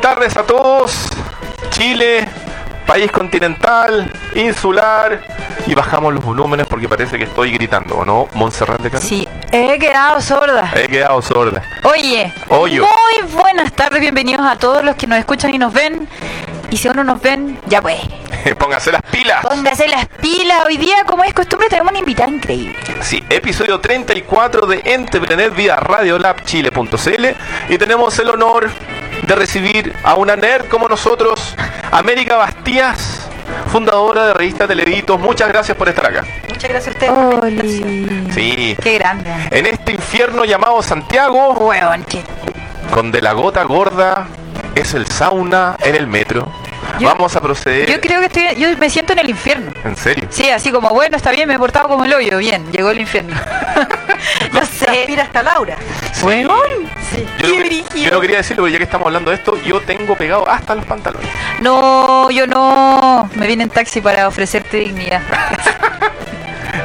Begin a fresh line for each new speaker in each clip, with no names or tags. tardes a todos. Chile, país continental, insular. Y bajamos los volúmenes porque parece que estoy gritando, ¿o no? Montserrat de Cano.
Sí, he quedado sorda.
He quedado sorda.
Oye,
Oyo.
muy buenas tardes, bienvenidos a todos los que nos escuchan y nos ven. Y si aún no nos ven, ya pues,
Pónganse las pilas.
póngase las pilas. Hoy día, como es costumbre, tenemos una invitada increíble.
Sí, episodio 34 de Entreprened vía radiolabchile.cl y tenemos el honor de recibir a una nerd como nosotros, América Bastías, fundadora de revista Televitos. Muchas gracias por estar acá.
Muchas gracias a ustedes por la invitación.
Sí,
Mm. Qué grande.
en este infierno llamado Santiago,
Huevón, que
Eh. donde la gota gorda es el sauna en el metro,
Yo-
vamos a proceder...
Yo creo que estoy, yo me siento en el infierno.
¿En serio?
Sí, así como, bueno, está bien, me he portado como el hoyo, bien, llegó el infierno. no sé.
hasta Laura.
Huevón.
Yo no, que- yo no quería decirlo, pero ya que estamos hablando de esto, yo tengo pegado hasta los pantalones.
No, yo no. Me vine en taxi para ofrecerte dignidad.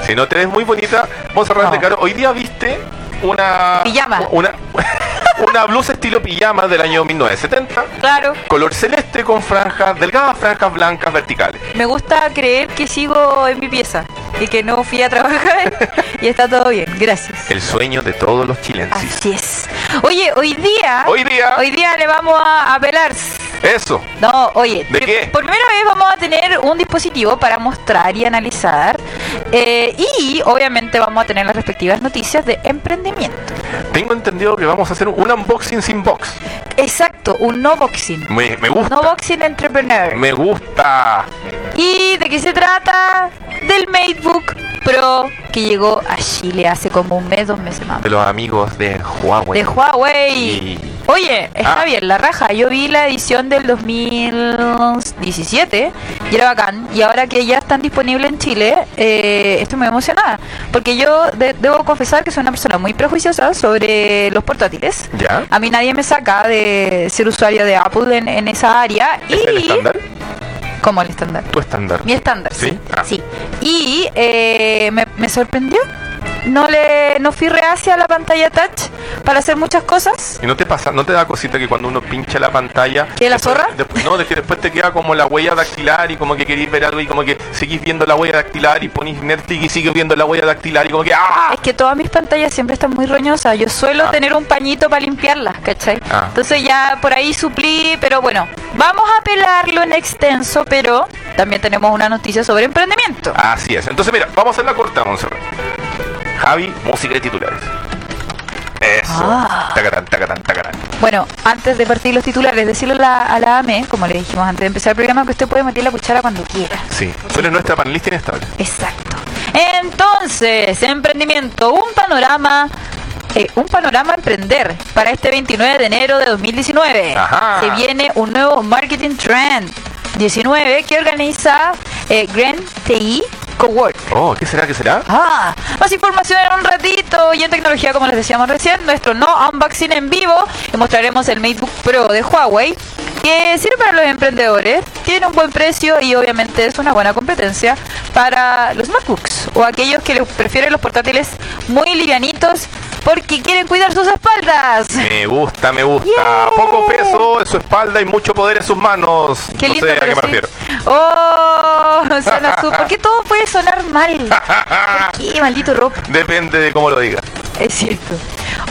Si no te ves muy bonita, Monserrat
No.
de Caro, hoy día viste una...
Pijama.
Una, una blusa estilo pijama del año 1970,
Claro.
color celeste con franjas, delgadas franjas blancas verticales.
Me gusta creer que sigo en mi pieza y que no fui a trabajar y está todo bien. Gracias.
El sueño de todos los chilenses.
Así es. Oye, hoy día.
Hoy día,
hoy día le vamos a apelar.
eso,
No, oye.
¿De
pri-
qué?
Por primera vez vamos a tener un dispositivo para mostrar y analizar. eh, y obviamente vamos a tener las respectivas noticias de emprendimiento.
tengo entendido que vamos a hacer un unboxing sin box.
Exacto, un no boxing.
Me, me gusta,
No boxing entrepreneur.
Mm. me gusta.
¿Y de qué se trata? Del MateBook Pro que llegó a Chile hace como un mes, dos meses más.
De los amigos de Huawei.
De Huawei.
Y-
Oye, está
Ah.
bien, la raja. Yo vi la edición del 2017 y era bacán. Y ahora que ya están disponibles en Chile, eh, estoy muy emocionada. Porque yo de- debo confesar que soy una persona muy prejuiciosa sobre los portátiles.
¿Ya?
A mí nadie me saca de ser usuario de Apple en, en esa área.
¿Es
y
el estándar?
como el estándar.
Tu estándar.
Mi estándar, sí.
¿Sí? Ah.
sí. Y eh, me, me sorprendió. No le no fui reacia a la pantalla touch para hacer muchas cosas.
¿Y no te pasa, no te da cosita que cuando uno pincha la pantalla...
¿Que la
después-
zorra?
después- no, de que después te queda como la huella dactilar y como que querís ver algo y como que seguís viendo la huella dactilar y ponís Nertic y sigues viendo la huella dactilar y como que ¡ah!
Es que todas mis pantallas siempre están muy roñosas. Yo suelo
Ah.
tener un pañito para limpiarlas, ¿cachai?
Ah.
Entonces ya por ahí suplí, pero bueno, vamos a pelarlo en extenso, pero también tenemos una noticia sobre emprendimiento.
Así es. Entonces mira, vamos a hacer la corta, Monserrat. Javi, música de titulares. Eso.
Ah.
Tacarán, tacarán, tacarán.
Bueno, antes de partir los titulares, decirle a la, a la AME, como le dijimos antes de empezar el programa, que usted puede meter la cuchara cuando quiera.
Sí. Tú eres nuestra panelista inestable.
Exacto. Entonces, emprendimiento, un panorama, eh, un panorama a emprender para este 29 de enero de 2019.
Ajá.
Se viene un nuevo marketing trend 19 que organiza eh, Grand TI Cowork.
Oh, ¿qué será? ¿Qué será?
Ah, más información en un ratito y en tecnología, como les decíamos recién, nuestro no unboxing en vivo. Y mostraremos el MateBook Pro de Huawei, que sirve para los emprendedores, tiene un buen precio y obviamente es una buena competencia para los MacBooks o aquellos que les prefieren los portátiles muy livianitos porque quieren cuidar sus espaldas.
Me gusta, me gusta.
Yeah.
Poco peso en su espalda y mucho poder en sus manos.
Qué
no
lindo,
sé a qué
pero
me
sí.
refiero.
Oh, suena su. ¿Por qué todo puede sonar mal? ¿Por qué, maldito Rob?
Depende de cómo lo digas.
Es cierto.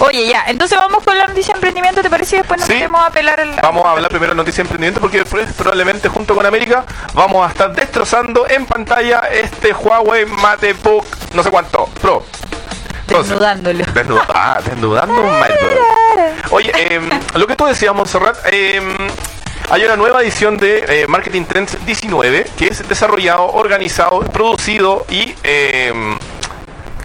Oye, ya, entonces vamos con la noticia de emprendimiento, ¿te parece? Y después nos
Sí.
metemos a pelar el...
Vamos a hablar primero de noticia de emprendimiento porque después probablemente junto con América vamos a estar destrozando en pantalla este Huawei Matebook no sé cuánto Pro. Entonces,
Desnudándolo.
desnuda- ah, desnudando un MacBook. Oye, em, lo que tú decías, Montserrat, em, hay una nueva edición de eh, Marketing Trends 19 que es desarrollado, organizado, producido y... em,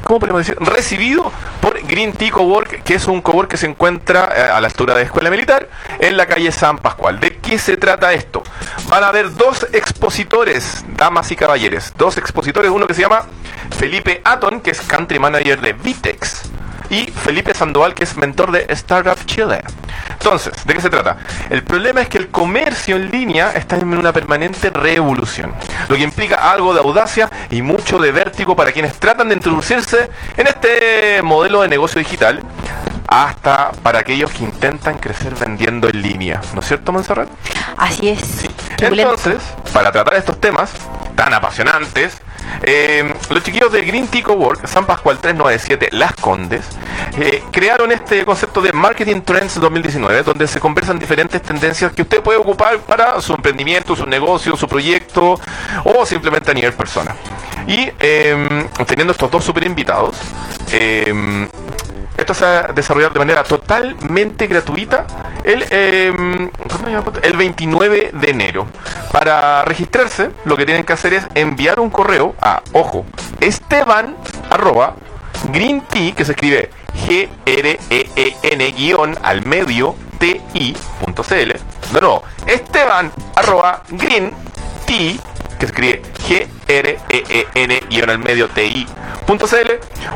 ¿Cómo podemos decir? Recibido por Green Tea Cowork, que es un cowork que se encuentra eh, a la altura de Escuela Militar, en la calle San Pascual. ¿De qué se trata esto? Van a haber dos expositores, damas y caballeres. Dos expositores, uno que se llama Felipe Aton, que es country manager de Vitex, y Felipe Sandoval, que es mentor de Startup Chile. Entonces, ¿de qué se trata? El problema es que el comercio en línea está en una permanente revolución, lo que implica algo de audacia y mucho de vértigo para quienes tratan de introducirse en este modelo de negocio digital hasta para aquellos que intentan crecer vendiendo en línea. ¿No es cierto, Monserrat?
Así es. Turbulento.
Entonces, para tratar estos temas tan apasionantes, eh, los chiquillos de Green Tea Cowork, San Pascual 397, Las Condes, eh, crearon este concepto de Marketing Trends 2019, donde se conversan diferentes tendencias que usted puede ocupar para su emprendimiento, su negocio, su proyecto o simplemente a nivel persona. Y eh, teniendo estos dos super invitados, eh, esto se va a desarrollar de manera totalmente gratuita el, eh, ¿cuándo me llamo? el 29 de enero. Para registrarse, lo que tienen que hacer es enviar un correo a, ojo, esteban arroba green tea, que se escribe G-R-E-E-N E guión al medio ti.cl. No, no, esteban arroba green tea, que se escribe G-R-E-E-N E guión al medio ti.cl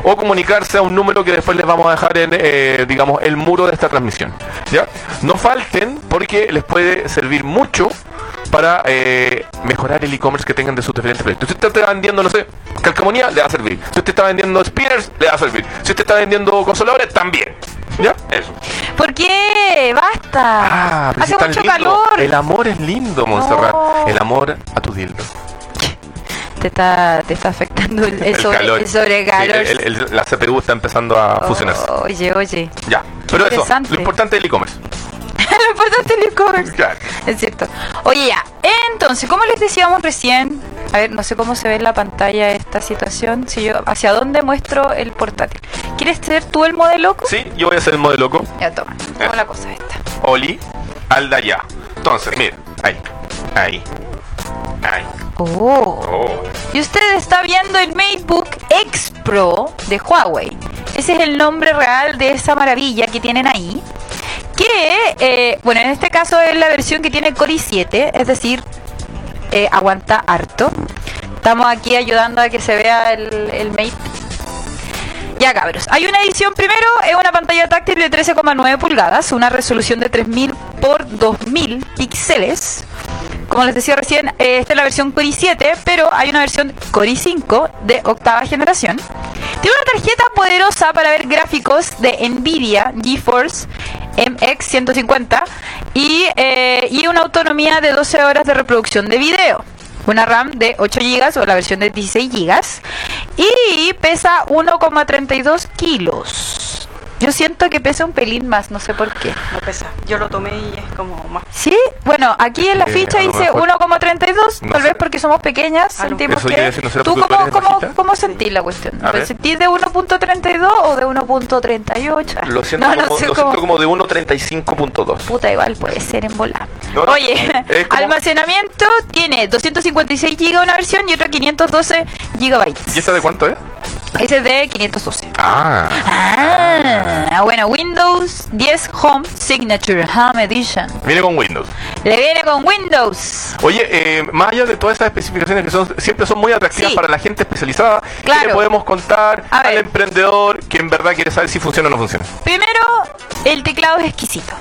o comunicarse a un número que después les vamos a dejar en, eh, digamos, el muro de esta transmisión. ¿ya? No falten porque les puede servir mucho para eh, mejorar el e-commerce que tengan de sus diferentes proyectos. Si usted está vendiendo, no sé, calcamonía, le va a servir. Si usted está vendiendo spinners, le va a servir. Si usted está vendiendo consoladores, también. ¿Ya? Eso.
¿Por qué? Basta.
Ah, pero si
Hace
es tan
mucho
lindo.
calor.
El amor es lindo, Montserrat.
No.
El amor a tu dildo.
Te, está, te está afectando el, el sobre- el sobrecalor.
Sí, el- el- la CPU está empezando a fusionarse.
Oye, oye.
Ya. Pero eso,
interesante.
lo importante es el e-commerce.
Lo importante es el e-commerce.
Claro.
Es cierto. Oye, ya. Entonces, como les decíamos recién, a ver, no sé cómo se ve en la pantalla esta situación. Si yo, ¿Hacia dónde muestro el portátil? ¿Quieres ser tú el modelo?
Sí, yo voy a ser el modelo loco.
Ya toma. ¿Cómo la cosa esta?
Oli, Alda ya. Entonces, mira, ahí, ahí, ahí.
Oh.
Oh.
Y usted está viendo el MateBook X Pro de Huawei. Ese es el nombre real de esa maravilla que tienen ahí. Que, eh, bueno, en este caso es la versión que tiene Core i7, es decir, eh, aguanta harto. Estamos aquí ayudando a que se vea el, el Mate. Ya cabros, hay una edición primero, es una pantalla táctil de 13,9 pulgadas, una resolución de 3000 por 2000 píxeles. Como les decía recién, eh, esta es la versión Core i7, pero hay una versión Core i5 de octava generación. Tiene una tarjeta poderosa para ver gráficos de Nvidia GeForce MX150 y, eh, y una autonomía de 12 horas de reproducción de video. Una RAM de 8 GB o la versión de 16 GB y pesa 1,32 kilos. Yo siento que pesa un pelín más, no sé por qué.
No pesa. Yo lo tomé y es como más.
Sí, bueno, aquí en la
Eh,
ficha
a lo
dice
mejor-
1,32,
No
tal
sé.
vez porque somos pequeñas,
A lo-
sentimos
Eso
que...
quiere decir, ¿no será
¿Tú
porque tú
cómo,
eres
cómo,
bajita?
cómo sentís la cuestión?
A
¿Lo
ver.
sentís de 1.32 o de 1.38?
Lo siento,
no,
como,
no sé
lo
cómo.
siento como de 1.35.2.
Puta, igual puede ser en bola.
No, no,
Oye,
es como-
almacenamiento tiene 256 GB una versión y otra 512 GB.
¿Y esta de cuánto es?
Ese es de 512.
Ah.
Ah, bueno, Windows 10 Home Signature Home Edition.
Viene con Windows.
Le viene con Windows.
Oye, eh, más allá de todas esas especificaciones que son siempre son muy atractivas
Sí.
para la gente especializada, ¿qué
Claro.
le podemos contar
A
al
ver.
emprendedor que en verdad quiere saber si funciona o no funciona?
Primero, el teclado es exquisito.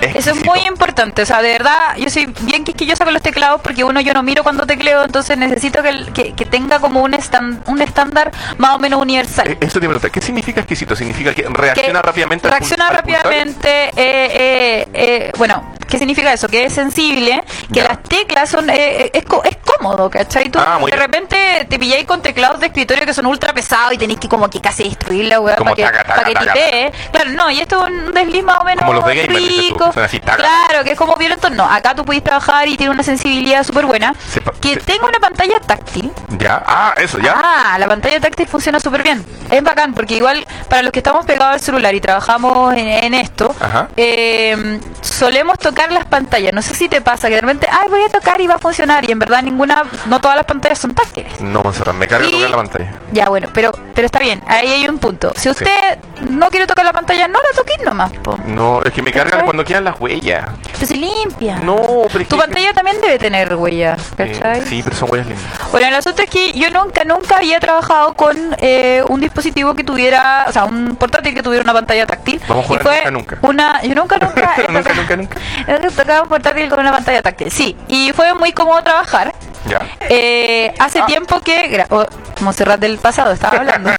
Eso es
Exquisito.
muy importante, o sea, de verdad, yo soy bien quisquillosa con los teclados porque uno yo no miro cuando tecleo, entonces necesito que, el- que- que tenga como un, estan- un estándar más o menos universal.
Eh, Eso te pregunta, ¿qué significa exquisito? ¿Significa que reacciona
que
rápidamente? al
Reacciona
pul- al pulsar?
rápidamente. eh, eh, eh, bueno, ¿qué significa eso? Que es sensible, que
Ya.
las teclas son. eh, eh, es, co- es cómodo, ¿cachai? Tú
Ah, muy
de
bien.
repente te pilláis con teclados de escritorio que son ultra pesados y tenéis que, como que casi destruir la weá
Como
para que,
taca, taca,
pa' que
taca.
tipee. Claro, no, y esto es un desliz más o menos
Como los de gamer, dices tú,
rico.
son así, taca.
Claro, que es como violento. No, acá tú puedes trabajar y tiene una sensibilidad súper buena.
Se pa-
Que
se-
tenga una pantalla táctil.
Ya, ah, eso, ya.
Ah, la pantalla táctil funciona súper bien. Es bacán, porque igual para los que estamos pegados al celular y trabajamos en, en esto,
Ajá.
eh, solemos tocar las pantallas. No sé si te pasa que de repente, ay, voy a tocar y va a funcionar. Y en verdad ninguna, no todas las pantallas son táctiles.
No, Monserrat, me carga
Y-
tocar la pantalla.
Ya, bueno, pero, pero está bien, ahí hay un punto. Si usted no quiere tocar la pantalla, no la toques nomás. po.
No, es que me cargan
¿Cachai?
cuando quedan las huellas.
Pero se limpia.
No, pero es
Tu
que-
pantalla también debe tener huella,
Eh,
¿cachai?
sí, pero son huellas lindas.
Bueno, el asunto es que yo nunca, nunca había trabajado con eh, un dispositivo que tuviera, o sea, un portátil que tuviera una pantalla táctil.
Vamos a jugar
Y
nunca,
fue
nunca.
Una, yo nunca, nunca. he
Nunca,
tocado-
nunca, nunca.
he tocado un portátil con una pantalla táctil, sí. Y fue muy cómodo trabajar.
Ya.
Eh, hace
Ah.
tiempo que. gra- oh, Monserrat del pasado, estaba hablando.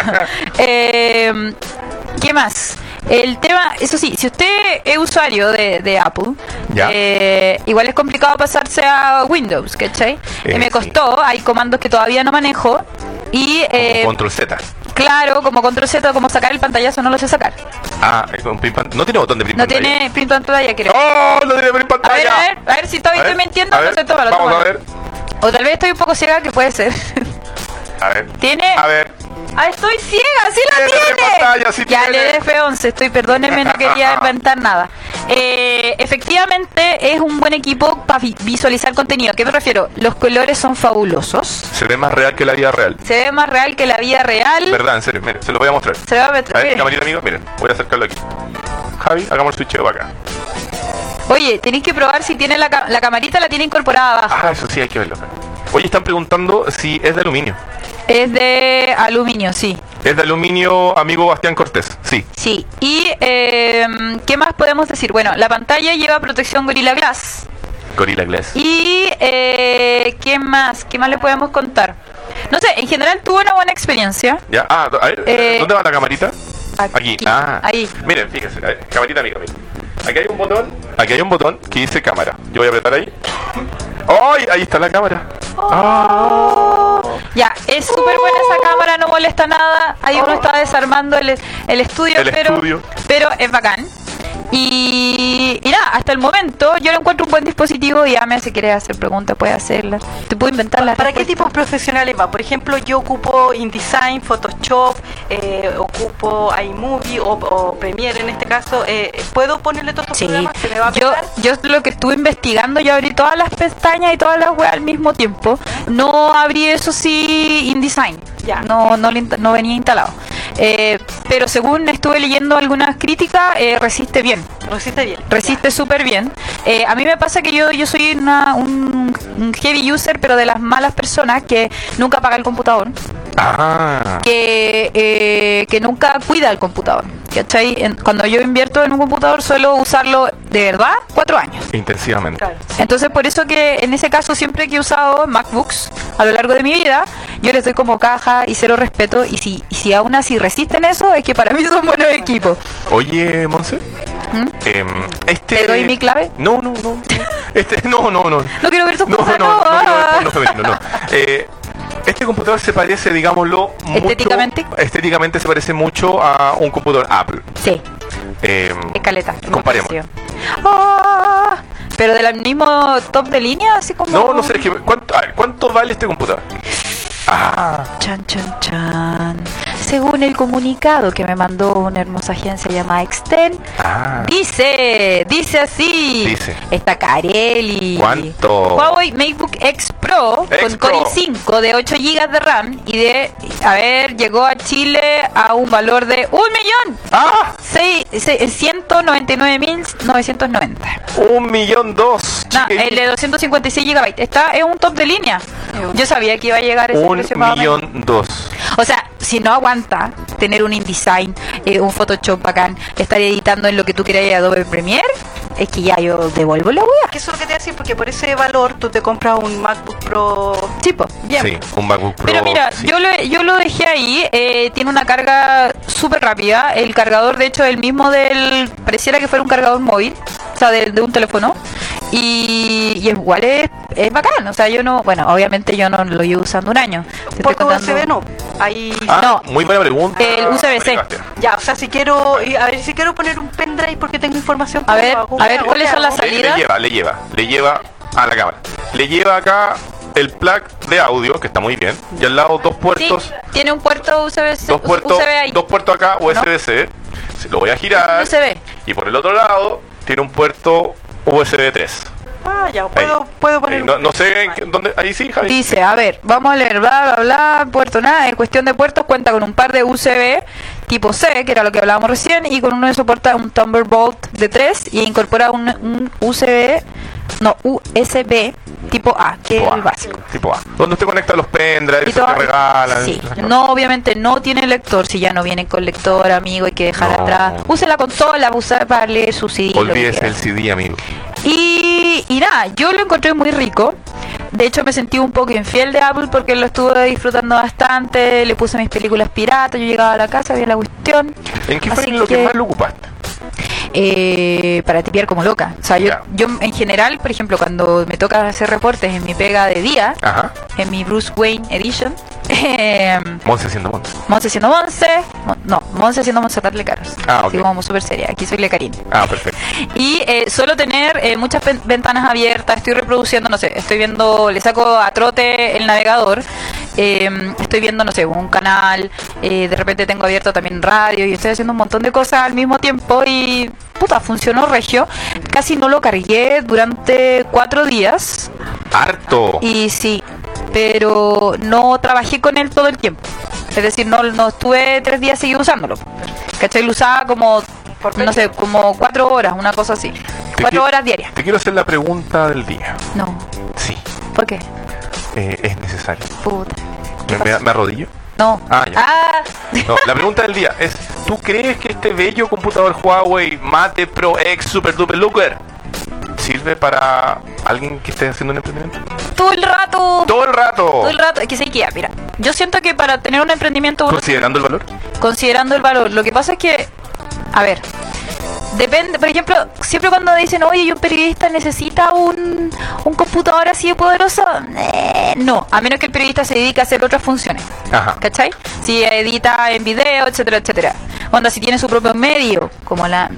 Eh, ¿Qué más? El tema, eso sí, si usted es usuario de, de Apple,
Ya.
eh, igual es complicado pasarse a Windows, ¿cachai?
Eh,
Eh, me
sí.
costó, hay comandos que todavía no manejo. Y eh,
Control Z.
claro, como control Z, como sacar el pantallazo, no lo sé sacar.
Ah, eh, con print pan- no tiene botón de print
No
pantalla.
tiene print pantalla, creo.
¡Oh! No tiene print
A
pantalla.
ver, a ver, a ver si
A
todavía
ver,
estoy mintiendo,
a ver,
entonces tómalo,
Vamos
tómalo.
a ver.
O tal vez estoy un poco ciega, que puede ser.
A ver.
Tiene-
A ver.
¡Ah, estoy ciega! ¡Sí la
Tiene
tiene!
pantalla, sí
ya
tiene.
le F11, estoy, perdónenme, no quería inventar nada. Eh, efectivamente, es un buen equipo para visualizar contenido. ¿A qué me refiero? Los colores son fabulosos.
Se ve más real que la vida real.
Se ve más real que la vida real.
Verdad, en serio. Mira, se lo voy a mostrar.
Se va a
A ver,
meter. mire.
camarita, amigo. Miren, voy a acercarlo aquí. Javi, hagamos el switcheo acá.
Oye, tenéis que probar si tiene la, ca- la camarita, la tiene incorporada abajo.
Ah, eso sí, hay que verlo. Oye, están preguntando si es de aluminio.
Es de aluminio, sí.
Es de aluminio, amigo Bastián Cortés. Sí.
Sí, y eh, ¿qué más podemos decir? Bueno, la pantalla lleva protección Gorilla Glass.
Gorilla Glass.
¿Y eh, qué más? ¿Qué más le podemos contar? No sé, en general tuve una buena experiencia.
Ya, ah, a ver,
Eh,
¿dónde va la camarita?
aquí,
ah.
ahí.
Miren, fíjense, a ver, camarita amiga, miren. Aquí hay un botón, aquí hay un botón que dice cámara. Yo voy a apretar ahí. ¡Ay! Ahí está la cámara.
Ya, es súper buena esa cámara, no molesta nada. Ahí uno está desarmando el, el estudio,
El
pero,
estudio.
pero es bacán. Y, y nada, hasta el momento yo lo encuentro un buen dispositivo y Amia si quieres hacer preguntas puede hacerlas. Te puedo inventar las
¿Para qué
respuestas.
tipos profesionales va? Por ejemplo, yo ocupo InDesign, Photoshop, eh, ocupo iMovie o, o Premiere en este caso. eh, ¿Puedo ponerle todos estos
Sí,
programas? ¿Se me va a
yo,
pegar?
yo lo que estuve investigando, yo abrí todas las pestañas y todas las web al mismo tiempo. No abrí eso sí InDesign,
Ya.
no, no, lo in- no venía instalado. Eh, pero según estuve leyendo algunas críticas, eh, resiste bien,
Resiste bien.
resiste súper bien. Eh, a mí me pasa que yo, yo soy una- un, un heavy user, pero de las malas personas que nunca apaga el computador
Ah.
que, eh, que nunca cuida el computador. ¿Cachai? En- cuando yo invierto en un computador suelo usarlo de verdad cuatro años.
Intensivamente.
Claro.
Entonces por eso que en ese caso siempre que he usado MacBooks a lo largo de mi vida, yo les doy como caja y cero respeto y si, y si aún así resisten eso, es que para mí son buenos equipos.
Oye, Monse. em, este...
¿Mm? ¿Te doy mi clave?
No, no, no. Este, no, no, no.
No quiero ver tus
No, no,
cosas,
no, no,
ah.
no, no, femenino, no. Eh, este computador se parece, digámoslo, mucho-
Estéticamente.
estéticamente se parece mucho a un computador Apple.
Sí,
Eh,
escaleta.
Comparemos.
Ah, pero del mismo top de línea, así como...
no, no sé, es que, ¿cuánto, a ver, ¿cuánto vale este computador? Ah,
Chan, chan, chan. Según el comunicado que me mandó una hermosa agencia llamada Extend,
ah.
dice, dice así.
Dice.
Está Carelli.
¿Cuánto?
Huawei MateBook X Pro
X
con Core
Pro.
i5 de 8 GB de RAM y de, a ver, llegó a Chile a un valor de un millón.
¡Ah!
seis- se- 199.990.
Un millón dos.
No,
chiquillo.
el de 256 GB. Está en un top de línea. Yo sabía que iba a llegar ese
un
precio más o menos.
millón dos.
O sea, si no aguanta tener un InDesign, eh, un Photoshop bacán, estar editando en lo que tú quieras y Adobe Premiere, es que ya yo devuelvo la wea.
Que eso es lo que te decía, porque por ese valor tú te compras un MacBook Pro.
Tipo, bien.
Sí, un MacBook Pro.
Pero mira,
sí.
yo, lo, yo lo dejé ahí, eh, tiene una carga súper rápida. El cargador, de hecho, es el mismo del. pareciera que fuera un cargador móvil, o sea, de, de un teléfono. Y, y igual es, es bacán. O sea, yo no. Bueno, obviamente yo no lo llevo usando un año. Te estoy
Por
contando-
USB no. Ahí.
Ah,
no.
muy buena pregunta.
El USB-C.
Sebastián.
Ya, o sea, si quiero. y A ver, si quiero poner un pendrive porque tengo información.
A ver,
¿cómo hago?
a ver,
¿Qué
¿cuáles
hago?
son las
Le-
salida.
Le lleva, le lleva, le lleva a la cámara. Le lleva acá el plug de audio, que está muy bien. Y al lado dos
Sí,
puertos.
tiene un puerto USB,
dos puertos,
USB ahí.
dos puertos acá, USB-C. Se Lo voy a girar.
USB.
Y por el otro lado tiene un puerto USB 3.
Ah, ya,
Ahí.
puedo, puedo poner.
Ahí,
un
Eh, no, no sé
pendrive.
en qué- dónde. Ahí sí, Javi.
Dice, a ver, vamos a leer, bla, bla, bla, puerto nada, en cuestión de puertos cuenta con un par de USB tipo C, que era lo que hablábamos recién, y con uno que soporta un Thunderbolt de 3 y incorpora un, un USB, no, USB tipo A, que
Tipo
es
A,
el básico.
Tipo A. Donde usted conecta los pendrives,
Y
se te
todo-
regalan.
sí.
esas cosas.
No, obviamente no tiene lector, si ya no viene con lector, amigo, hay que dejar
No.
atrás. Úsela con toda la usar para leer su CD. lo que
Olvídese
quiera.
el CD, amigo.
Y, y nada, yo lo encontré muy rico. De hecho, me sentí un poco infiel de Apple porque lo estuve disfrutando bastante. Le puse mis películas piratas. Yo llegaba a la casa, había la cuestión.
¿En qué fue
Así
lo que...
que-
más lo ocupaste?
eh, para tipear como loca. O sea, yo,
Ya.
yo en general, por ejemplo, cuando me toca hacer reportes en mi pega de día,
Ajá.
en mi Bruce Wayne Edition, eh,
Monse siendo Monse.
Monse siendo Monse, Mon- no, Monse siendo Monserrat Lecaros.
Ah, ok.
Así como súper seria, aquí soy Lecarín.
Ah, perfecto.
Y eh, suelo tener eh, muchas pen- ventanas abiertas, estoy reproduciendo, no sé, estoy viendo, le saco a trote el navegador, eh, estoy viendo, no sé, un canal, eh, de repente tengo abierto también radio y estoy haciendo un montón de cosas al mismo tiempo y puta, funcionó regio. Casi no lo cargué durante cuatro días
Harto.
y sí, pero no trabajé con él todo el tiempo. Es decir, no, no estuve tres días seguidos usándolo. ¿Cachai? Lo usaba como, no sé, como cuatro horas, una cosa así. Cuatro
qui-
horas diarias.
Te quiero hacer la pregunta del día.
No,
Sí,
¿por qué?
eh, es necesario.
Puta.
¿Me, me- me arrodillo?
No.
Ah, ya.
Ah,
No, la pregunta del día es, ¿tú crees que este bello computador Huawei Mate Pro X Super Duper Looker sirve para alguien que esté haciendo un emprendimiento?
todo el rato.
Todo el rato,
Todo el rato. Es que sé que ya, mira. Yo siento que para tener un emprendimiento uno
considerando el valor.
considerando el valor. Lo que pasa es que, a ver, depende, por ejemplo, siempre cuando dicen, oye, y un periodista necesita un, un computador así de poderoso, eh, no, a menos que el periodista se dedique a hacer otras funciones.
Ajá.
¿Cachai? Si edita en video, etcétera, etcétera. Cuando si tiene su propio medio, como la...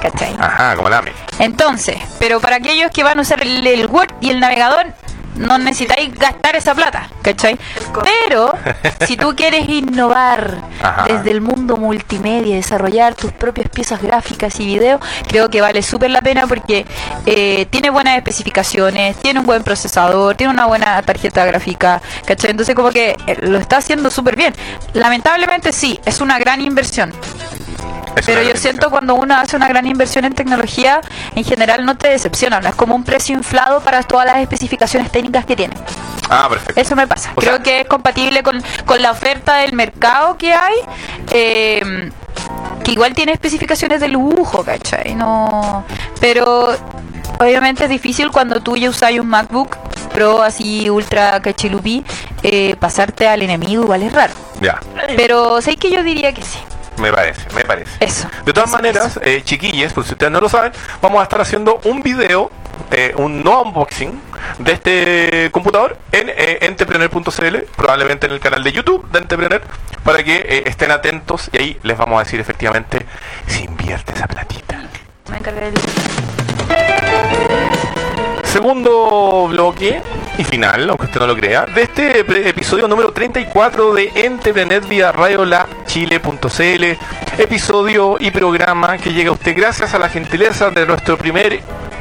¿Cachai?
Ajá, como la AME.
Entonces, pero para aquellos que van a usar el, el Word y el navegador, no necesitáis gastar esa plata, ¿cachai? Pero si tú quieres innovar
Ajá.
desde el mundo multimedia, desarrollar tus propias piezas gráficas y video, creo que vale súper la pena porque eh, tiene buenas especificaciones, tiene un buen procesador, tiene una buena tarjeta gráfica, ¿cachai? Entonces como que eh, lo está haciendo súper bien. Lamentablemente sí, es una gran inversión,
Es
pero
una
yo siento cuando uno hace una gran inversión en tecnología, en general no te decepciona, no es como un precio inflado para todas las especificaciones técnicas que tiene.
Ah, perfecto.
Eso me pasa.
O
Creo
sea-
que es compatible con, con la oferta del mercado que hay, eh, que igual tiene especificaciones de lujo, ¿cachai? No, pero obviamente es difícil cuando tú ya usas un MacBook Pro así ultra cachilupí, eh, pasarte al enemigo igual es raro.
Ya,
Pero sé que yo diría que sí.
me parece, me parece.
Eso.
De todas
Eso,
maneras, eh, chiquilles, por si ustedes no lo saben, vamos a estar haciendo un video, eh, un no unboxing de este computador en eh, entrepreneur.cl, probablemente en el canal de YouTube de Entrepreneur, para que eh, estén atentos y ahí les vamos a decir efectivamente si invierte esa platita.
Me encargué del-
Segundo bloque y final, aunque usted no lo crea, de este pre- episodio número 34 de Entrepreneur vía RadioLabChile.cl, episodio y programa que llega a usted gracias a la gentileza de nuestro primer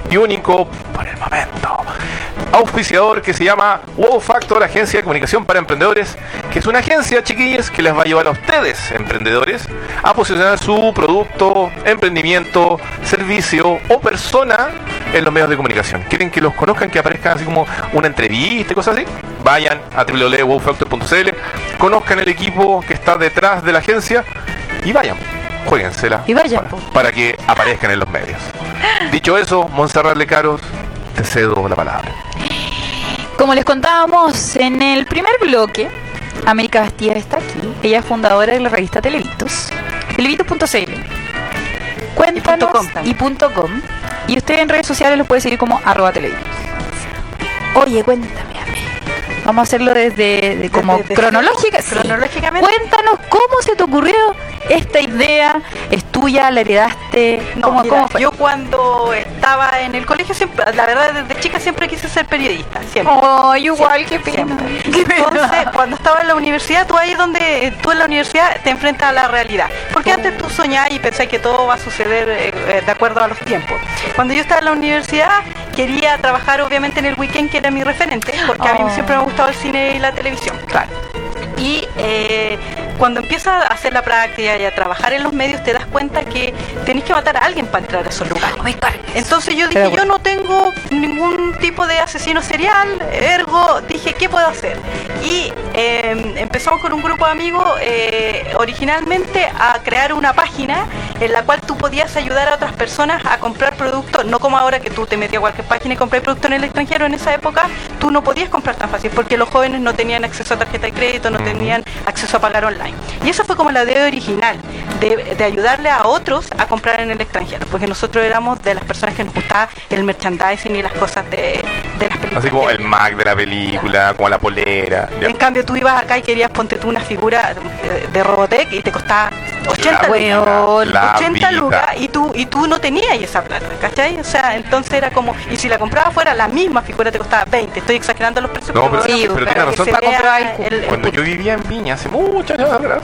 y único, por el momento, auspiciador que se llama Wow Factor, agencia de comunicación para emprendedores, que es una agencia, chiquillos, que les va a llevar a ustedes, emprendedores, a posicionar su producto, emprendimiento, servicio o persona en los medios de comunicación. ¿Quieren que los conozcan, que aparezcan así como una entrevista y cosas así? Vayan a www.wowfactor.cl, conozcan el equipo que está detrás de la agencia y vayan, jueguensela
Y vayan, pues.
para,
po.
para que aparezcan en los medios. Dicho eso, Monserrat Lecaros, te cedo la palabra.
Como les contábamos en el primer bloque, América Bastida está aquí. Ella es fundadora de la revista Televitos. Televitos.cl. Cuéntanos
Y punto com
y
también.
punto com. Y usted en redes sociales los puede seguir como arroba televitos. Oye, cuéntame, Ame. Vamos a hacerlo desde de- como
Desde- desde-
cronológica. sí.
cronológicamente.
Cuéntanos cómo se te ocurrió esta idea. ¿Es tuya? ¿La heredaste?
No,
¿Cómo,
mira,
cómo fue?
Yo cuando estaba en el colegio, siempre, la verdad, desde chica siempre quise ser periodista, siempre.
Ay, Oh, igual, qué pena. Qué pena.
Entonces, cuando estaba en la universidad, tú ahí es donde eh, tú en la universidad te enfrentas a la realidad. Porque antes tú soñabas y pensabas que todo va a suceder eh, eh, de acuerdo a los tiempos. Cuando yo estaba en la universidad, quería trabajar obviamente en el weekend, que era mi referente, porque a mí
Oh.
siempre me ha gustado el cine y la televisión.
Claro.
y eh, cuando empiezas a hacer la práctica y a trabajar en los medios te das cuenta que tenés que matar a alguien para entrar a esos lugares. Entonces yo dije,
Pero bueno.
yo no tengo ningún tipo de asesino serial, ergo dije, ¿qué puedo hacer? Y eh, empezamos con un grupo de amigos eh, originalmente a crear una página en la cual tú podías ayudar a otras personas a comprar productos, no como ahora que tú te metías a cualquier página y compras productos en el extranjero, en esa época tú no podías comprar tan fácil porque los jóvenes no tenían acceso a tarjeta de crédito, no tenían acceso a pagar online. Y esa fue como la idea original, de, de ayudarle a otros a comprar en el extranjero, porque nosotros éramos de las personas que nos gustaba el merchandising y las cosas de, de las películas.
Así como
que
el Mac de la película, como la polera. ya.
en cambio, tú ibas acá y querías ponte tú una figura de, de Robotech y te costaba 80
La
lucas.
vida, la
80
vida.
lucas y tú, y tú no tenías esa plata, ¿cachai? O sea, entonces era como, y si la comprabas fuera, la misma figura te costaba 20. Estoy exagerando los precios.
No, pero-
bueno,
sí, pero
para
tiene
que
razón.
se
Para
vea
comprar algo.
el- el
Cuando yo vivía en Viña, hace muchos años atrás,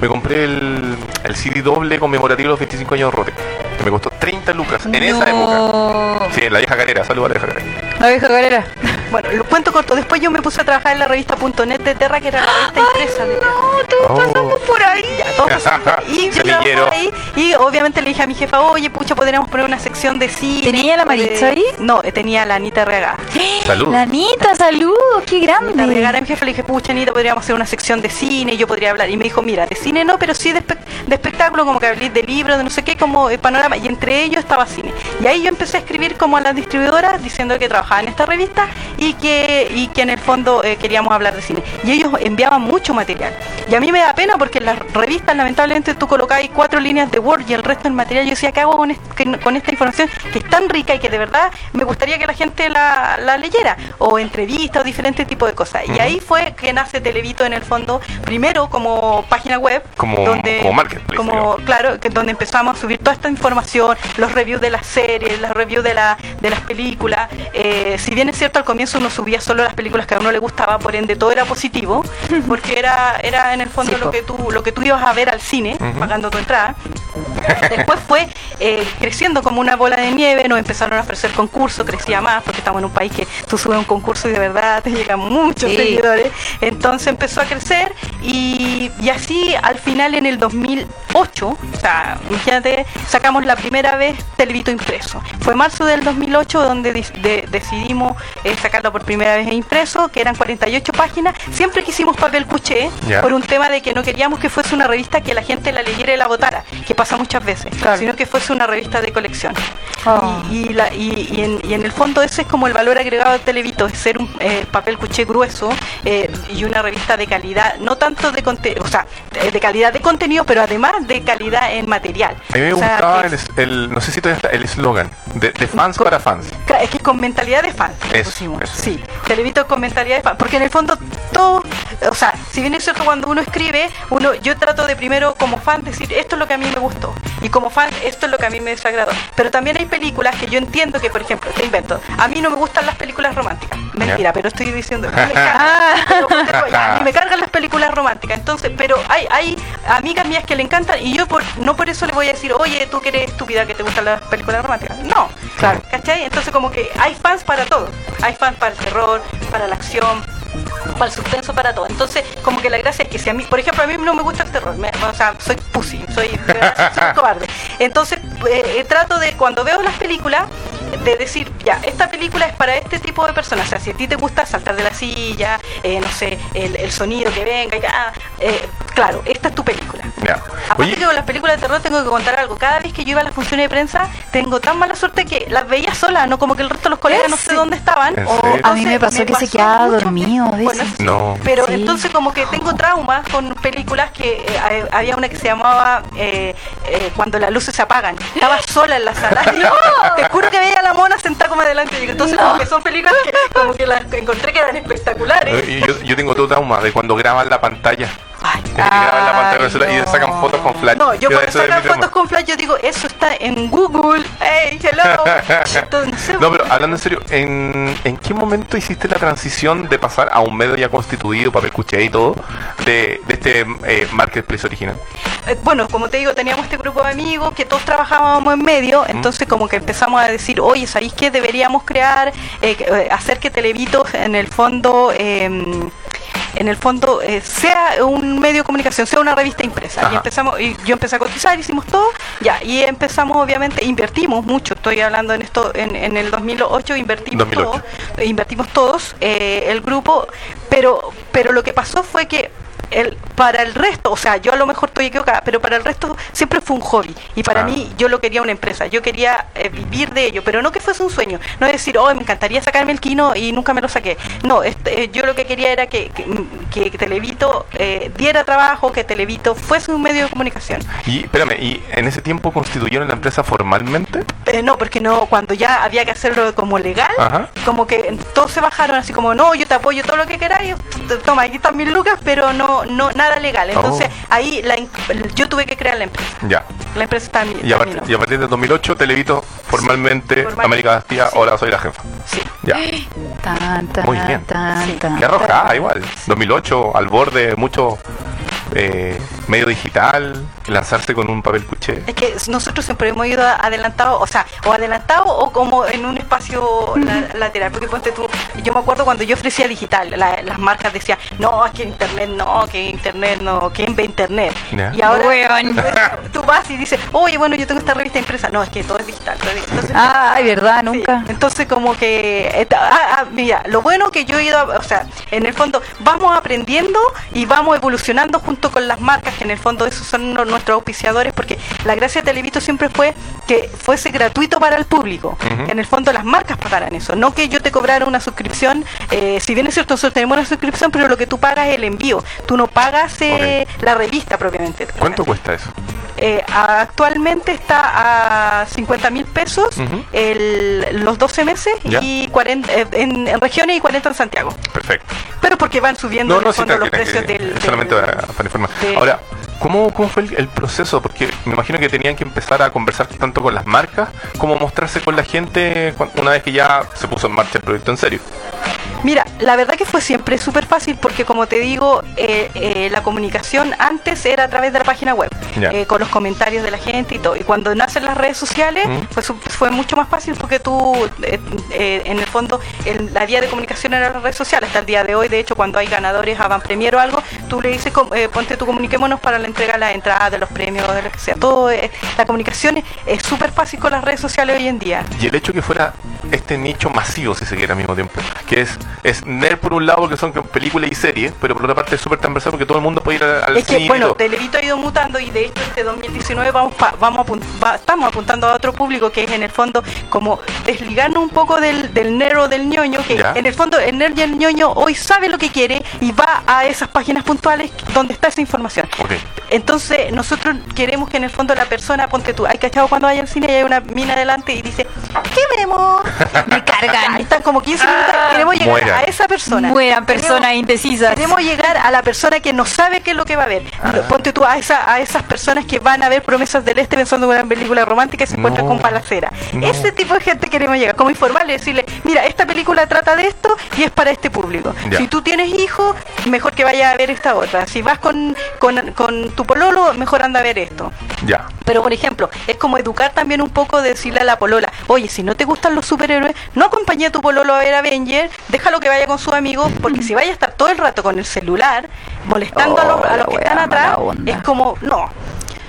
me compré el, el CD doble conmemorativo de los 25 años de Rote, que me costó 30 lucas en esa época.
No.
Sí, en la vieja carrera, saludos a la vieja carrera.
La vieja galera.
Bueno, lo cuento corto. Después yo me puse a trabajar en la revista .net de Terra, que era la revista impresa de Terra.
No, tú
Oh.
pasamos por ahí.
Ya, todos pasaron por ahí. Y yo trabajaba
Semillero.
ahí, y obviamente le dije a mi jefa, oye, pucha, podríamos poner una sección de cine.
¿Tenía la Maritza
de-
ahí?
No, eh, tenía la Anita Reagada.
Salud.
La Anita, saludos, qué
La Reagada
grande.
a mi jefa le dije, pucha, Anita, podríamos hacer una sección de cine, yo podría hablar. Y me dijo, mira, de cine no, pero sí de, espe- de espectáculo, como que hablé de libros, de no sé qué, como eh, panorama. Y entre ellos estaba cine. Y ahí yo empecé a escribir como a las distribuidoras, diciendo que trabajaba en esta revista y que, y que en el fondo eh, queríamos hablar de cine. Y ellos enviaban mucho material. Y a mí me da pena porque en las revistas, lamentablemente, tú colocabas cuatro líneas de Word y el resto del material. Yo decía, ¿qué hago con, est- que- con esta información que es tan rica y que de verdad me gustaría que la gente la, la leyera? O entrevistas o diferentes tipos de cosas. Y ahí fue que nace Televito en el fondo, primero como página web.
Como- como marketplace,
como-
digamos.
claro, que donde empezamos a subir toda esta información, los reviews de las series, los reviews de, la, de las películas. Eh, si bien es cierto, al comienzo uno subía solo las películas que a uno le gustaba, por ende todo era positivo, porque era, era en el fondo
Sí, po.
lo, que tú, lo que tú ibas a ver al cine,
Ujú.
pagando tu entrada. Después fue eh, creciendo como una bola de nieve, nos empezaron a ofrecer concursos, crecía más, porque estamos en un país que tú subes un concurso y de verdad te llegan muchos
Sí.
seguidores. Entonces empezó a crecer y, y así al final en el 2008, o sea, imagínate, sacamos la primera vez Televito impreso. Fue marzo del 2008 donde dis- de- decidimos eh, sacarlo por primera vez en impreso, que eran 48 páginas. Siempre quisimos papel cuché
Ya.
por un tema de que no queríamos que fuese una revista que la gente la leyera y la votara, que pasa muchas veces,
Claro.
sino que fuese una revista de colección.
Oh.
Y, y la- y- y en, y en el fondo ese es como el valor agregado de Televito, es ser un eh, papel cuché grueso eh, y una revista de calidad, no tanto de contenido, o sea, de, de calidad de contenido, pero además de calidad en material.
A mí me
O sea,
gustaba
es-
el, el- no sé si todavía está, el eslogan, de, de fans para fans.
Claro, Es que con mentalidad de fan. le
Eso,
pusimos.
eso.
Sí, Televito con mentalidad de fan. Porque en el fondo todo, o sea, si bien es cierto cuando uno escribe, uno, yo trato de primero como fan decir esto es lo que a mí me gustó. Y como fan, esto es lo que a mí me desagradó. Pero también hay películas que yo entiendo que, por ejemplo, te invento. A mí no me gustan las películas románticas. Mentira,
Ya.
pero estoy diciendo. Me cargan, pero, pero, ya, a mí me cargan las películas románticas. Entonces, pero hay, hay amigas mías que le encantan y yo por, no por eso le voy a decir, oye, tú que eres estúpida que te gustan las películas románticas. No,
Claro.
¿Cachai? Entonces como que hay fans para todo. Hay fans para el terror, para la acción, para el suspenso, para todo. Entonces como que la gracia es que si a mí, por ejemplo, a mí no me gusta el terror, me- o sea, soy pussy, soy, de verdad, soy un cobarde. Entonces eh, eh, trato de, cuando veo las películas, de decir, ya, esta película es para este tipo de personas. O sea, si a ti te gusta saltar de la silla, eh, no sé, el, el sonido que venga, y, ah, eh, claro, esta es tu película.
Ya.
Aparte
Oye,
que con las películas de terror tengo que contar algo. Cada vez que yo iba a las funciones de prensa, tengo tan mala suerte que las veía sola, no como que el resto de los colegas no sé dónde estaban.
¿En
o-
serio?
A mí me
entonces,
pasó que se quedaba
mucho
dormido a
que- bueno,
veces.
no.
pero
Sí.
entonces como que tengo traumas con películas que eh, eh, había una que se llamaba eh, eh, Cuando las luces se apagan. Estaba sola en la sala. Yo te juro que veía a la mona sentada como adelante. Y entonces como que son películas que como que las encontré que eran espectaculares.
Eh, Yo, yo tengo todo trauma de cuando graban la pantalla.
Ay,
Es que graban la pantalla
Ay,
del celular y le sacan
no.
fotos con flash.
No, yo cuando
eso es
sacan
mi trauma.
fotos con flash, yo digo, eso está en Google. ¡Hey, hello! Entonces, no sé,
No, pero ah. hablando en serio, ¿en, en qué momento hiciste la transición de pasar a un medio ya constituido, papel cuché y todo, de, de este eh, marketplace original?
eh, bueno, como te digo, teníamos este grupo de amigos que todos trabajábamos en medio, entonces como que empezamos a decir, oye, ¿sabéis qué deberíamos crear? eh, que- eh, hacer que Televitos en el fondo... eh, en el fondo eh, sea un medio de comunicación, sea una revista impresa.
Ajá.
Y empezamos, y yo empecé a cotizar, hicimos todo, ya, y empezamos obviamente, invertimos mucho, estoy hablando en esto, en, en el 2008 invertimos
2008.
todo, eh, invertimos todos, eh, el grupo, pero, pero lo que pasó fue que el, para el resto, o sea, yo a lo mejor estoy equivocada, pero para el resto siempre fue un hobby. Y para
Ah.
mí yo lo quería una empresa, yo quería eh, vivir de ello, pero no que fuese un sueño, no es decir, oh, me encantaría sacarme el quino y nunca me lo saqué. No, este, eh, yo lo que quería era que, que, que Televito eh, diera trabajo, que Televito fuese un medio de comunicación.
Y espérame, ¿y en ese tiempo constituyeron la empresa formalmente?
Eh, no, porque no, cuando ya había que hacerlo como legal,
Ajá.
como que todos se bajaron así como, no, yo te apoyo todo lo que queráis, t- toma, aquí están mil lucas, pero no, no, nada legal. Entonces
Oh.
ahí la, inc- yo tuve que crear la empresa.
Ya.
La empresa está en mi,
Y a,
está en
part- y a
mi nombre.
partir del 2008, Televito formalmente,
formalmente.
América Bastía,
Sí.
hola, soy la jefa.
Sí.
Ya.
Tan, tan,
Muy bien.
tan,
Sí.
tan,
Qué arrojada
tan.
igual. 2008, al borde, mucho eh, medio digital, lanzarse con un papel cuché.
Es que nosotros siempre hemos ido adelantado, o sea, o adelantado o como en un espacio la- lateral. Porque ponte tú, yo me acuerdo cuando yo ofrecía digital, la- las marcas decían, no, es que Internet no, que Internet no, ¿quién ve Internet?
Ya.
Y ahora
Weón.
tú vas y dices, oye, bueno, yo tengo esta revista impresa. No, es que todo es digital. todo es digital. Entonces,
Ay, verdad, nunca.
Sí, Entonces como que eh, ta- ah, ah, mira, lo bueno que yo he ido, a- o sea, en el fondo vamos aprendiendo y vamos evolucionando junto con las marcas que en el fondo esos son no- nuestros auspiciadores porque la gracia de Televito siempre fue que fuese gratuito para el público.
Ujú.
Que En el fondo las marcas pagaran eso, no que yo te cobrara una suscripción, eh, si bien es cierto nosotros tenemos una suscripción, pero lo que tú pagas es el envío, tú no pagas eh, la revista propiamente. tal.
¿Cuánto cuesta eso?
Eh, actualmente está a 50 mil pesos
Ujú.
el- los 12 meses
Ya.
y 40 eh, en, en regiones y 40 en Santiago.
Perfecto.
Pero porque van subiendo
No,
en
no,
el
sí,
fondo los
tranquila,
precios
que
del, del-
solamente para, para informar.
del-
Ahora, ¿cómo, cómo fue el, el proceso? Porque me imagino que tenían que empezar a conversar tanto con las marcas como mostrarse con la gente cu- una vez que ya se puso en marcha el proyecto en serio.
Mira, la verdad que fue siempre súper fácil porque como te digo, eh, eh, la comunicación antes era a través de la página web,
Ya.
eh, con los comentarios de la gente y todo. Y cuando nacen las redes sociales
Mm.
fue, su- fue mucho más fácil porque tú, eh, eh, en el fondo, el- la vía de comunicación era las redes sociales. Hasta el día de hoy, de hecho, cuando hay ganadores a Van Premier o algo, tú le dices, com- eh, ponte tú comuniquémonos para la entrega de las entradas, de los premios, de lo que sea. Todo, eh, la comunicación es- es súper fácil con las redes sociales hoy en día.
Y el hecho que fuera este nicho masivo, si se quiere, al mismo tiempo, que es, es nerd por un lado, porque son películas y series, pero por otra parte es súper transversal porque todo el mundo puede ir al, al
Es
cine
que,
y
bueno,
todo.
Televito ha ido mutando y de hecho este 2019 vamos pa- vamos apun- va- estamos apuntando a otro público que es en el fondo como desligarnos un poco del, del nerd o del ñoño, que
Ya.
en el fondo el nerd y el ñoño hoy sabe lo que quiere y va a esas páginas puntuales donde está esa información.
Ok.
Entonces, nosotros queremos que en el fondo la persona, ponte tú, hay cachado cuando vaya al cine y hay una mina delante y dice, ¿qué vemos?
Me
Ahí
cargan.
están como 15 minutos, queremos llegar
Muera.
a esa persona.
Buenas personas
Queremos-
indecisas.
Queremos llegar a la persona que no sabe qué es lo que va a ver.
Ah.
Ponte tú a, esa, a esas personas que van a ver Promesas del Este pensando en una película romántica y se encuentran
No.
con Palacera.
No.
Ese tipo de gente queremos llegar, como informarle, decirle, mira, esta película trata de esto y es para este público.
Ya.
Si tú tienes hijos, mejor que vaya a ver esta otra. Si vas con, con, con tu pololo, mejor anda a ver esto.
Ya.
Pero, por ejemplo, es como educar también un poco, decirle a la polola, oye, si no te gustan los superhéroes, no acompañe a tu pololo a ver Avenger, déjalo que vaya con sus amigos, porque si vaya a estar todo el rato con el celular, molestando a los, a
Oh,
los que
la
están
wea,
atrás,
mala onda.
es como, no.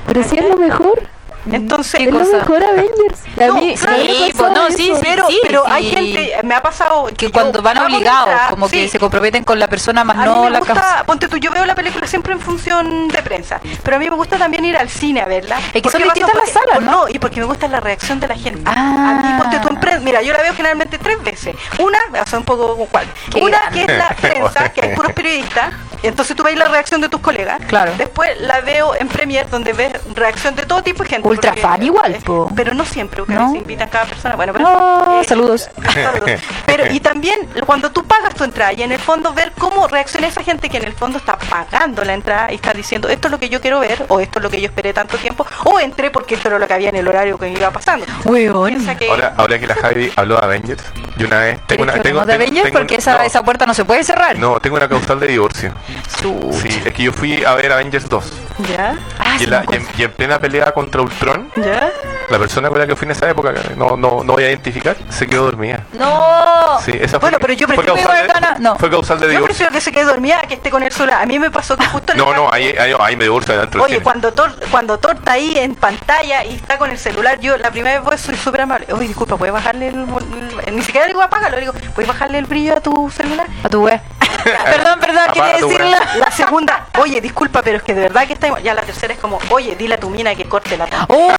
Pero si es lo mejor.
Entonces,
¿Qué
Es lo
cosa?
mejor Avengers. A
No,
mí- a
claro,
mí me
sí,
pasaba
pues, no,
eso.
sí, sí.
pero, pero hay
sí.
gente, me ha pasado
Que
yo
cuando van
hago
obligados,
mientras-
como que
sí.
se comprometen con la persona, más
A mí
no
me
la
gusta,
causa.
ponte tú, yo veo la película siempre en función de prensa, pero a mí me gusta también ir al cine a verla.
que
¿Por
son
qué razón?
distintas las
Porque-
salas,
por-
¿no?
y porque me gusta la reacción de la gente.
Ah.
A mí, ponte tú en prensa, mira, yo la veo generalmente tres veces. Una, o sea, un poco como cuál.
Qué
Una
grande.
que es la prensa, que hay puros periodistas, y entonces tú ves la reacción de tus colegas.
Claro.
Después la veo en premier, donde ves reacción de todo tipo de gente.
Ultra
porque- eh,
fan igual, po.
Pero no siempre, porque
No.
a veces invitan cada persona. Bueno, pero...
Ah,
eh,
saludos.
Saludos. Pero y también cuando tú pagas tu entrada y en el fondo ver cómo reacciona esa gente que en el fondo está pagando la entrada y está diciendo esto es lo que yo quiero ver o esto es lo que yo esperé tanto tiempo o entré porque esto era lo que había en el horario que iba pasando.
Weón.
Piensa que-
Ahora, ahora que la Javi habló de Avengers, yo una vez tengo
¿Quieres
una.
que
Tengo,
hablemos de
tengo-
Avengers?
tengo-
Porque esa,
no,
esa puerta no se puede cerrar.
no, tengo una causal de divorcio.
Chuta.
Sí, es que yo fui a ver Avengers 2.
¿Ya?
Ah,
Y
sí
en,
me
la- y
acuerdo.
en- y en plena pelea contra Ultron,
¿Ya?
la persona con la que fui en esa época, que no, no, no voy a identificar, se quedó dormida.
No.
Sí, esa fue,
Bueno, pero yo
fue
prefiero
causal
igual
de,
gana- no.
fue causal de
Yo
divorcio.
prefiero que se quede dormida a que esté con él sola. A mí me pasó que justo... le-
No, no, ahí, ahí, ahí me divorcio adentro.
Oye, cuando Thor, cuando Thor está ahí en pantalla y está con el celular, yo la primera vez voy, soy súper amable. Oye, disculpa, ¿puedes bajarle el, mon- el- Ni siquiera le digo apágalo, le digo, ¿puedes bajarle el brillo a tu celular?
A tu web. perdón, perdón,
Apaga
quería
tu wea.
decirlo.
La segunda, oye, disculpa, pero es que de verdad que está... Ya la tercera es como, oye, dile a tu mina que corte la tapa.
¡Oh!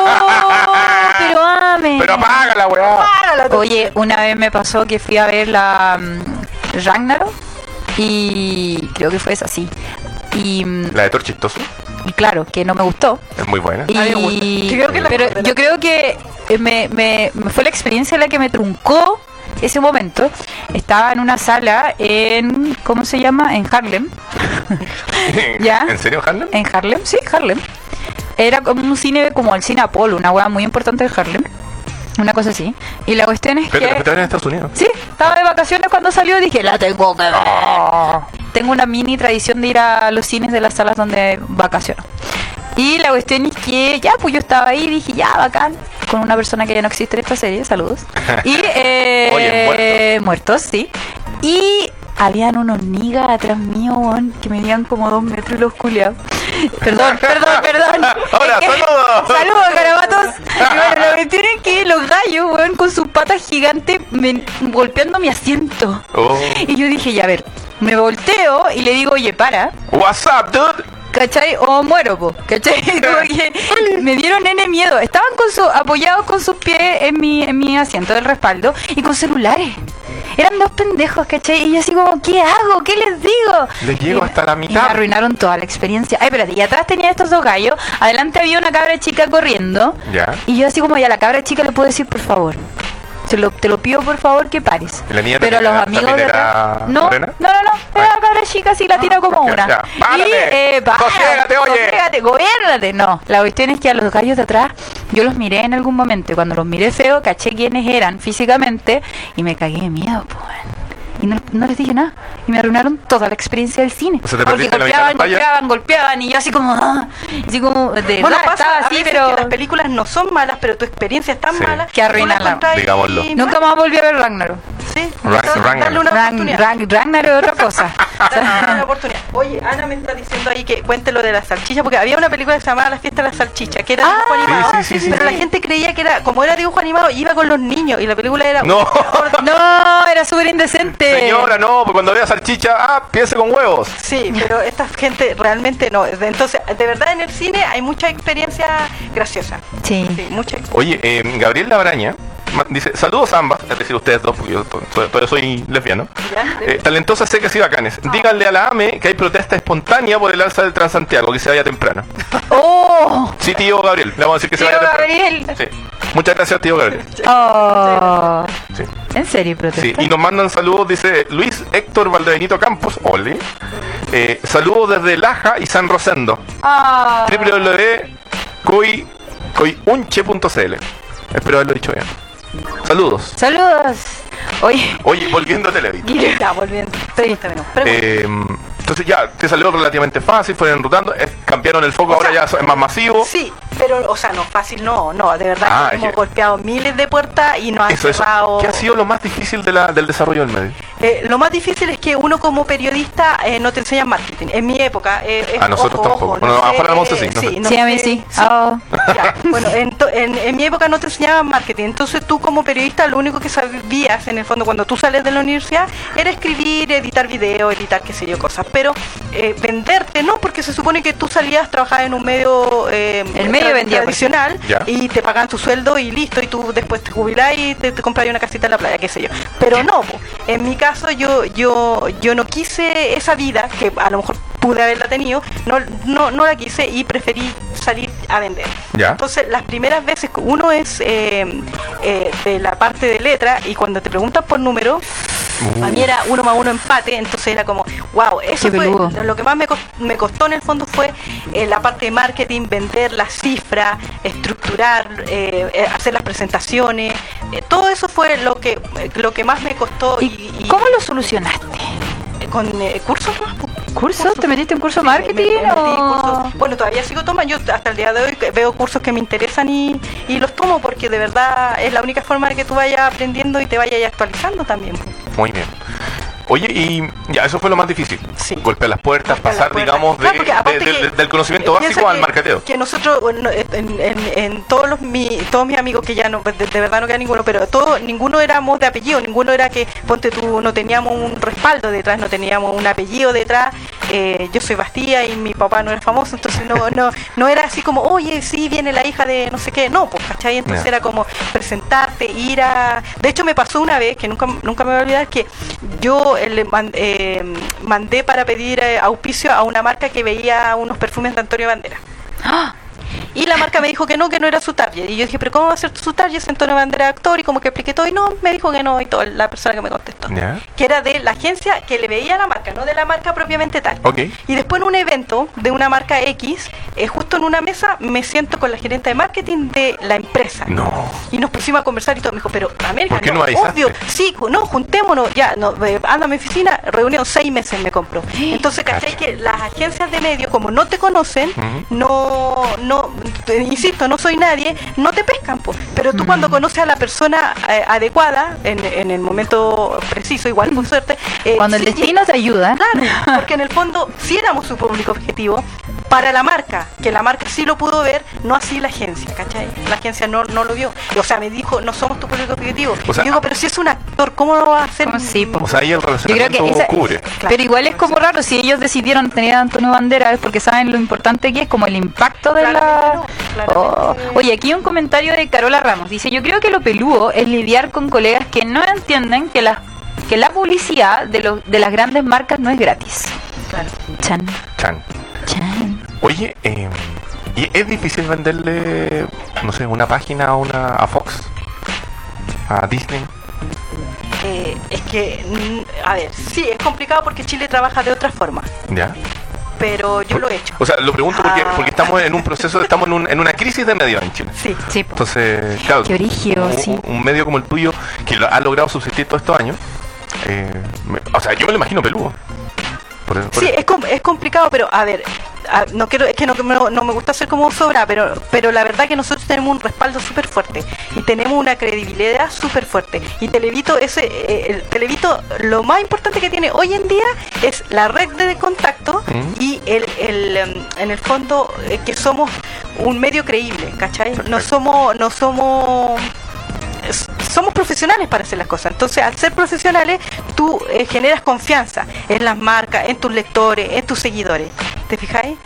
Pero ame.
Pero apaga la weá.
Oye, una vez me pasó que fui a ver la mm, Ragnarok y creo que fue esa, sí. Y mm,
La de Thor chistoso,
y claro, que no me gustó.
es muy buena.
Y-
A mí me gusta. Yo creo que la-
pero yo creo que eh, me, me- me fue la experiencia la que me truncó ese momento. Estaba en una sala en, ¿cómo se llama? En Harlem. ¿Ya?
¿En serio, Harlem?
En Harlem, sí, Harlem. Era como un cine como el cine Apolo, una hueá muy importante de Harlem. Una cosa así. Y la cuestión es
Pero
que...
pero en Estados Unidos.
Sí, estaba de vacaciones cuando salió y dije, la tengo que ver. Tengo una mini tradición de ir a los cines de las salas donde vacaciono. Y la cuestión es que ya, pues yo estaba ahí y dije, ya, bacán, con una persona que ya no existe en esta serie, saludos. Y eh,
Oye,
muertos, sí. Y habían unos niggas atrás mío, weón, que medían como dos metros los culiados. Perdón, perdón, perdón.
Hola,
Es que-
saludos.
Saludos, carabatos. Y bueno, la cuestión es que los gallos, weón, con sus patas gigantes me- golpeando mi asiento.
Oh.
Y yo dije, ya a ver, me volteo y le digo, oye, para.
What's up, dude?
¿Cachai? O muero, po. ¿Cachai? Como que me dieron N miedo. Estaban con su, apoyados con sus pies en mi, en mi asiento del respaldo y con celulares. Eran dos pendejos, ¿cachai? Y yo así como, ¿qué hago? ¿Qué les digo?
Les llego
Y-
hasta la
y me
mitad.
arruinaron toda la experiencia. Ay, espérate, y atrás tenía estos dos gallos. Adelante había una cabra chica corriendo.
Ya.
Y yo así como, ya la cabra chica le puedo decir, por favor. Te lo, te lo pido por favor que pares.
¿Y la niña
Pero
también
los
era-
amigos
también
de
era
atrás- no, no, no,
morena?
no, era
Ah.
la cabra chica sí la tiro como
Ya,
una.
ya. ¡Párate!
Y eh, para,
¡Sosiégate, oye!
sosiégate, gobiérnate. No, la cuestión es que a los gallos de atrás yo los miré en algún momento y cuando los miré feo caché quiénes eran físicamente y me cagué de miedo, pues. weón. Y no, no les dije nada. Y me arruinaron toda la experiencia del cine.
O sea, te
Porque
perdiste la mitad de la
golpeaban,
pantalla.
golpeaban, golpeaban. Y yo así como... ah, así como de
Bueno,
verdad,
pasa
estaba
a
así,
veces que
pero...
las películas no son malas, pero tu experiencia es tan
Sí.
mala
Que arruina
tú
la-
encontrás ahí
Digámoslo.
mal.
Nunca más volví a ver Ragnarok.
Sí,
Rang-
entonces,
Rang-
darle una
Ragn-
oportunidad.
Ragn- Ragnarok es otra cosa.
Dame una oportunidad. Oye, Ana me está diciendo ahí que cuente lo de la salchicha, porque había una película que se llamaba La fiesta de la salchicha, que era
Ah,
dibujo animado,
sí, sí, sí,
pero
sí.
la gente creía que era, como era dibujo animado, iba con los niños y la película era...
No.
No, era súper indecente.
Señora, no, porque cuando vea salchicha, ah, piense con huevos.
Sí, pero esta gente realmente no. Entonces, de verdad en el cine hay mucha experiencia graciosa.
Sí.
Sí, mucha.
Oye, eh, Gabriel Labraña ma- dice, saludos ambas, es decir, ustedes dos, porque yo to- so- todavía soy lesbiano.
Ya.
Eh, talentosas, secas y bacanes.
Ah.
Díganle a la AME que hay protesta espontánea por el alza del Transantiago, que se vaya temprano.
Oh.
Sí, tío Gabriel, le vamos a decir que se
Tío
vaya temprano.
Gabriel.
Sí. Muchas gracias, tío Gabriel.
Oh.
Sí.
¿En serio
Sí,
protesta?
y nos mandan saludos, dice Luis Héctor Valdebenito Campos, ole. Eh, saludos desde Laja y San Rosendo.
Ah.
www.coiunche.cl Espero haberlo dicho bien. Saludos.
Saludos. Oye,
Oye, volviendo a Televit.
Ya, volviendo. 30 minutos. Pero
Eh, entonces ya, te salió relativamente fácil, fueron enrutando, eh, cambiaron el foco,
O
ahora
sea,
ya es más masivo.
Sí, pero, o sea, no fácil, no, no, de verdad
Ah,
que hemos
ya.
golpeado miles de puertas y nos han
Eso, eso.
cerrado.
¿Qué ha sido lo más difícil de la- del desarrollo del medio?
Eh, lo más difícil es que uno como periodista eh, no te enseñan marketing. En mi época, eh, es
A nosotros tampoco. Bueno, a Juan
eh,
Alonso sí, no sé.
sí, a mí sí. Oh.
Ya, bueno, en, to- en- en mi época no te enseñaban marketing, entonces tú como periodista lo único que sabías en el fondo cuando tú sales de la universidad era escribir, editar video, editar qué sé yo cosas, pero eh, venderte no, porque se supone que tú salías, trabajabas en un medio, eh,
El medio
tra-
vendía, pues.
tradicional
Ya.
y te pagan tu sueldo y listo, y tú después te jubilás y te, te compras una casita en la playa, qué sé yo, pero no, po. en mi caso yo, yo, yo no quise esa vida, que a lo mejor pude haberla tenido, no, no, no la quise y preferí salir a vender.
Ya.
Entonces, las primeras veces, que uno es eh, eh, de la parte de letra y cuando te preguntan por número, a mí era uno más uno empate, entonces era como, wow, eso
Qué
fue
peludo.
lo que más me, cos- me costó en el fondo fue eh, la parte de marketing, vender las cifras, estructurar, eh, eh, hacer las presentaciones, eh, todo eso fue lo que lo que más me costó y,
¿Y cómo lo solucionaste?
y con eh, cursos más. po.
¿Curso? ¿Te metiste en curso de
Sí, me-
marketing?
me metí en
o-
cursos. Bueno, todavía sigo tomando. Yo hasta el día de hoy veo cursos que me interesan y, y los tomo porque de verdad es la única forma de que tú vayas aprendiendo y te vayas actualizando también.
Muy bien. Oye, y ya, eso fue lo más difícil.
Sí.
Golpear las puertas,
Golpear
pasar,
las
digamos, de-
puertas. Claro, porque aparte
de- de-
que-
del conocimiento
piensa
básico al
que-
marketeo.
Que nosotros, bueno, en, en- en todos los mi- todos mis amigos que ya no, pues, de, de verdad no queda ninguno, pero todos, ninguno éramos de apellido, ninguno era que, ponte tú, no teníamos un respaldo detrás, no teníamos un apellido detrás. Eh, yo soy Bastía y mi papá no era famoso, entonces no, no, no era así como, oye, sí, viene la hija de no sé qué, no, pues, ¿cachai? Entonces
Ya.
era como presentarte, ir a... De hecho, me pasó una vez, que nunca, nunca me voy a olvidar, que yo eh, le man- eh, mandé para pedir eh, auspicio a una marca que veía unos perfumes de Antonio Bandera.
¡Ah!
Y la marca me dijo que no, que no era su target. Y yo dije, pero ¿cómo va a ser su target? Es Antonio Bandera actor y como que expliqué todo. Y no, me dijo que no y todo, la persona que me contestó.
Ya.
Que era de la agencia que le veía la marca, no de la marca propiamente tal.
Ok.
Y después en un evento de una marca X, eh, justo en una mesa, me siento con la gerente de marketing de la empresa.
No.
Y nos pusimos a conversar y todo. Me dijo, pero América,
¿Por qué no
no,
avisaste?
obvio, sí, ju- no, juntémonos, ya, no, eh, anda a mi oficina, reunión, seis meses me compró. Entonces, ¿cachai? Que las agencias de medios, como no te conocen,
Ujú.
no, no, te- insisto, no soy nadie, no te pescan, pues. Pero tú cuando conoces a la persona eh, adecuada, en, en el momento preciso, igual, por suerte. eh,
Cuando el
sí,
destino te ayuda.
Claro, porque en el fondo si éramos su público objetivo para la marca, que la marca sí lo pudo ver, no así la agencia, ¿cachai? La agencia no, no lo vio. O sea, me dijo, no somos tu público objetivo.
O sea,
Y digo, pero si es un actor, ¿cómo lo va a hacer?
¿Cómo sí, po?
O sea, ahí el
Yo creo
relacionamiento
que esa-
cubre.
Pero igual es como raro, si ellos decidieron tener a Antonio Banderas es porque saben lo importante que es, como el impacto de la...
Claramente no, claramente.
Oh. Oye, aquí un comentario de Carola Ramos. Dice, yo creo que lo peludo es lidiar con colegas que no entienden que la, que la publicidad de, los, de las grandes marcas no es gratis.
Claro.
Chan,
Chan.
chan.
Oye, eh, ¿y es difícil venderle, no sé, una página a una a Fox? ¿A Disney?
Eh, es que, mm, a ver, sí, es complicado porque Chile trabaja de otra forma,
¿Ya?
pero yo lo he hecho.
O sea, lo pregunto porque,
Ah.
porque estamos en un proceso, estamos en, un- en una crisis de medio en Chile.
Sí.
Sí, po.
Entonces, claro,
Qué brígido,
un,
sí.
un medio como el tuyo que lo- ha logrado subsistir todos estos años, eh, me- o sea, yo me lo imagino peludo. Por- por-
Sí, es, com- es complicado, pero a ver, a- no quiero, es que no, no- no me gusta ser como sobra, pero, pero la verdad que nosotros tenemos un respaldo súper fuerte y tenemos una credibilidad súper fuerte. Y Televito, ese, eh, el Televito, lo más importante que tiene hoy en día es la red de contacto
Mm.
y el, el, em, en el fondo eh, que somos un medio creíble, ¿cachai? No
Perfecto.
somos, no somos s- somos profesionales para hacer las cosas. Entonces, al ser profesionales, tú eh, generas confianza en las marcas, en tus lectores, en tus seguidores. ¿Te fijáis?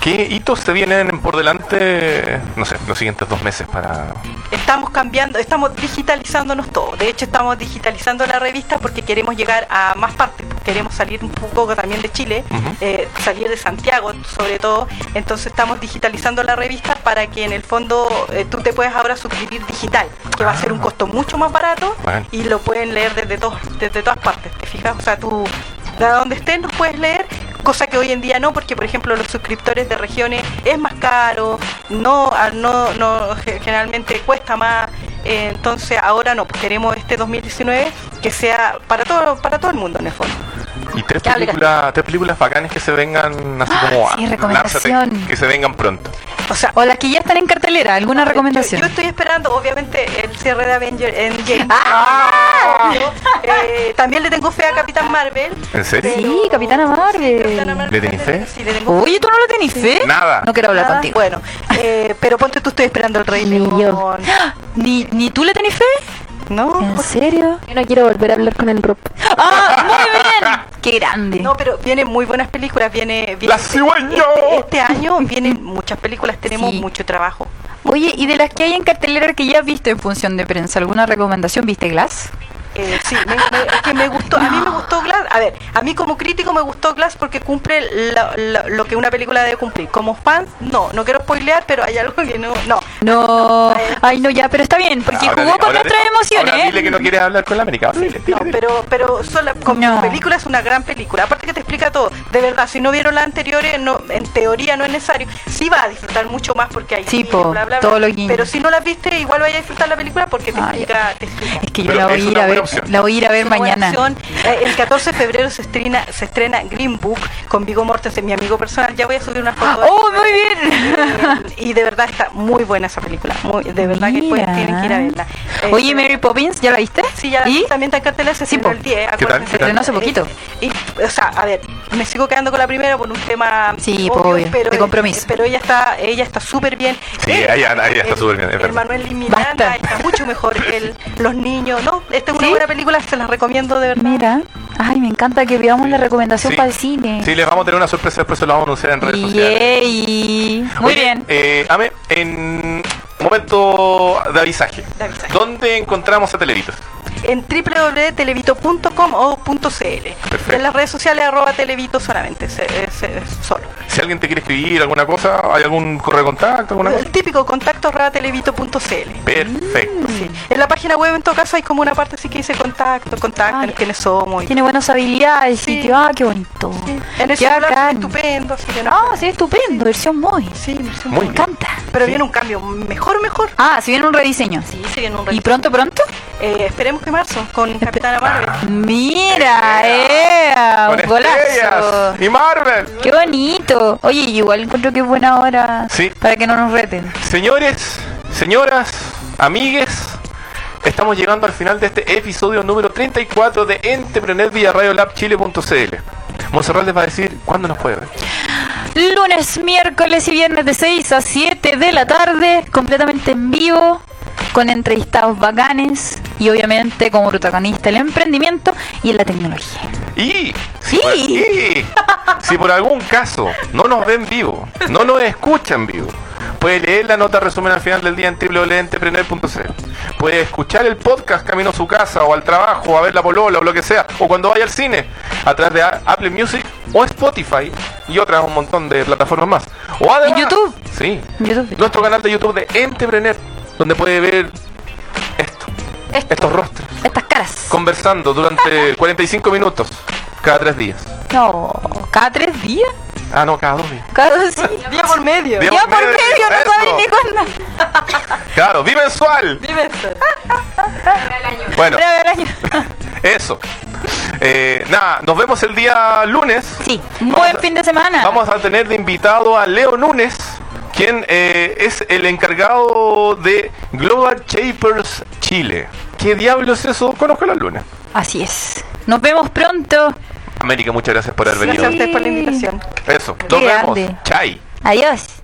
¿Qué hitos se vienen por delante, no sé, los siguientes dos meses para...
Estamos cambiando, estamos digitalizándonos todo. De hecho, estamos digitalizando la revista porque queremos llegar a más partes. Queremos salir un poco también de Chile,
Ujú.
eh, salir de Santiago sobre todo. Entonces, estamos digitalizando la revista para que en el fondo eh, tú te puedas ahora suscribir digital, que va a ser un
Ah.
costo mucho más barato
Bueno.
y lo pueden leer desde, todos, desde todas partes. ¿Te fijas? O sea, tú, de donde estés, nos puedes leer. Cosa que hoy en día no, porque por ejemplo los suscriptores de regiones es más caro, no, ah, no, no ge- generalmente cuesta más, eh, entonces ahora no, pues queremos este 2019 que sea para todo, para todo el mundo en el fondo.
Y tres
¿Qué hablas?
películas, tres películas bacanes que se vengan así como...
sí,
ah,
recomendación.
lánzate, que se vengan pronto.
O sea,
O las que ya están en cartelera, ¿alguna recomendación?
Yo, yo estoy esperando, obviamente, el cierre de Avenger Endgame.
Ah.
Ah. Yo, eh, también le tengo fe a Capitán Marvel.
¿En serio?
Sí, Capitana Marvel.
Capitana
¿Le tenés fe?
Sí, le tengo
Oye, ¿tú no lo tenés fe?
Nada.
No quiero hablar
Nada,
contigo.
Bueno, eh, pero ponte tú, estoy esperando el Rey
Ni yo.
León.
¿Ni, ¿Ni tú le tenés fe?
¿No?
¿En serio? Yo no quiero volver a hablar con el Rob.
¡Ah, muy bien! ¡Qué grande!
No, pero vienen muy buenas películas. Viene, viene
¡La cigüeña!
Este, este año vienen muchas películas, tenemos
Sí.
mucho trabajo.
Oye, ¿y de las que hay en cartelera que ya viste en función de prensa, alguna recomendación? ¿Viste Glass?
Eh, sí, me, me- es que me gustó, a mí me gustó Glass, a ver, a mí como crítico me gustó Glass porque cumple lo, lo- lo que una película debe cumplir. Como fan, no, no quiero spoilear, pero hay algo que no, no.
No, ay no ya, pero está bien, porque
Ahora
jugó
di-
con
ahora di-
nuestras emociones.
Ahora
¿eh?
dile que no quieres hablar con la América. ahora dile, dile,
No,
dile.
pero, pero sola, como
No.
película es una gran película. Aparte que te explica todo. De verdad, si no vieron las anteriores, no, en teoría no es necesario. Sí va a disfrutar mucho más porque hay
Sí,
guiños,
po, todo lo guiño.
Pero si no las viste, igual vaya a disfrutar la película porque te
Ah,
explica. Te explica.
Es que yo
Pero
la voy,
es
a ir
una
a ver,
buena opción.
la voy a ir a ver
Una buena
mañana.
opción. Eh, el 14 de febrero se estrena, se estrena Green Book con Vigo Mortensen, mi amigo personal. Ya voy a subir una foto.
¡Oh, muy bien!
Eh, y de verdad está muy buena esa película. Muy, de verdad que después
Mira.
tienen que ir a verla. Eh,
Oye, Mary Poppins, ¿ya la viste?
Sí, ya
¿Y?
también está en cartelera, se
Sí,
estrenó
po.
el 10.
¿Qué tal?
acuérdense.
¿Qué tal?
Estrenó hace poquito.
Y, y, o sea, a ver, me sigo quedando con la primera por un tema
Sí, po, obvio, de compromiso.
Pero ella está ella está súper bien.
Sí,
Él-
ella- ella está
el-
súper bien, es
El
verdad.
Manuel y Miranda
Basta.
está mucho mejor que él, los niños. No, esta es una
¿Sí?
buena película, se las recomiendo de verdad.
Mira. Ay, me encanta que veamos la recomendación
Sí.
para el cine.
Sí, les vamos a tener una sorpresa, después se la vamos a anunciar en redes sociales.
Yay. Muy
Oye,
bien.
Eh, Ame, en momento de avisaje.
De avisaje.
¿Dónde encontramos a Televitos?
En www.televito.com o .cl.
Perfecto.
En las redes sociales arroba televito solamente, se- eh, se- solo.
Si alguien te quiere escribir alguna cosa, ¿hay algún correo de contacto? Alguna
Mm.
cosa?
El típico contacto arroba televito.cl.
Perfecto.
Sí. En la página web, en todo caso, hay como una parte así que dice contacto, contacto,
Ay.
quiénes somos. y-
Tiene buenas habilidades el
Sí.
sitio. Ah, qué bonito.
En el
Qué
celular
bacán.
son estupendo, así que no.
Ah, sí, estupendo. Versión muy.
Sí, versión
Muy
Me
bien.
encanta.
Pero
Sí.
viene un cambio mejor, mejor.
Ah, si viene un rediseño.
Sí, se viene un
¿Y
reto.
pronto, pronto?
Eh, esperemos que marzo, con Capitana Marvel.
Mira, eh,
Con
un golazo.
estrellas y Marvel.
Qué bonito. Oye, igual encuentro que es buena hora
Sí.
para que no nos reten.
Señores, señoras, amigues, estamos llegando al final de este episodio número 34 de Entrepreneur vía Chile.cl. Monserrat les va a decir cuándo nos puede ver.
Lunes, miércoles y viernes de 6 a 7 de la tarde, completamente en vivo, con entrevistados bacanes y obviamente como protagonista el emprendimiento y la tecnología.
Y si,
Sí.
por, y si por algún caso no nos ven vivo, no nos escuchan vivo, puede leer la nota resumen al final del día en www.entrepreneur.cl. Puede escuchar el podcast camino a su casa o al trabajo, a ver la polola o lo que sea, o cuando vaya al cine, a través de a- Apple Music o Spotify y otras un montón de plataformas más. O además,
YouTube?
Sí.
YouTube.
Nuestro canal de YouTube de Entrepreneur, donde puede ver esto,
Esto,
estos rostros
estas caras.
conversando durante 45 minutos cada tres días.
No, cada tres días.
Ah, no, cada dos días.
Cada dos días.
Día por medio.
Día
Ya por
medio,
medio, no
eso.
sabes ni cuándo.
Claro, bimensual.
Vive esto.
Bueno,
Era del año.
eso. Eh, nada, nos vemos el día lunes.
Sí, un
Vamos
buen
a-
fin de semana.
Vamos a tener de invitado a Leo Núñez, quien eh, es el encargado de Global Shapers Chile. ¿Qué diablo es eso? Conozco las lunes.
Así es. Nos vemos pronto.
América, muchas gracias por haber
Gracias a
venido.
ustedes por la invitación.
Eso, nos
Qué
vemos.
grande.
Chai.
Adiós.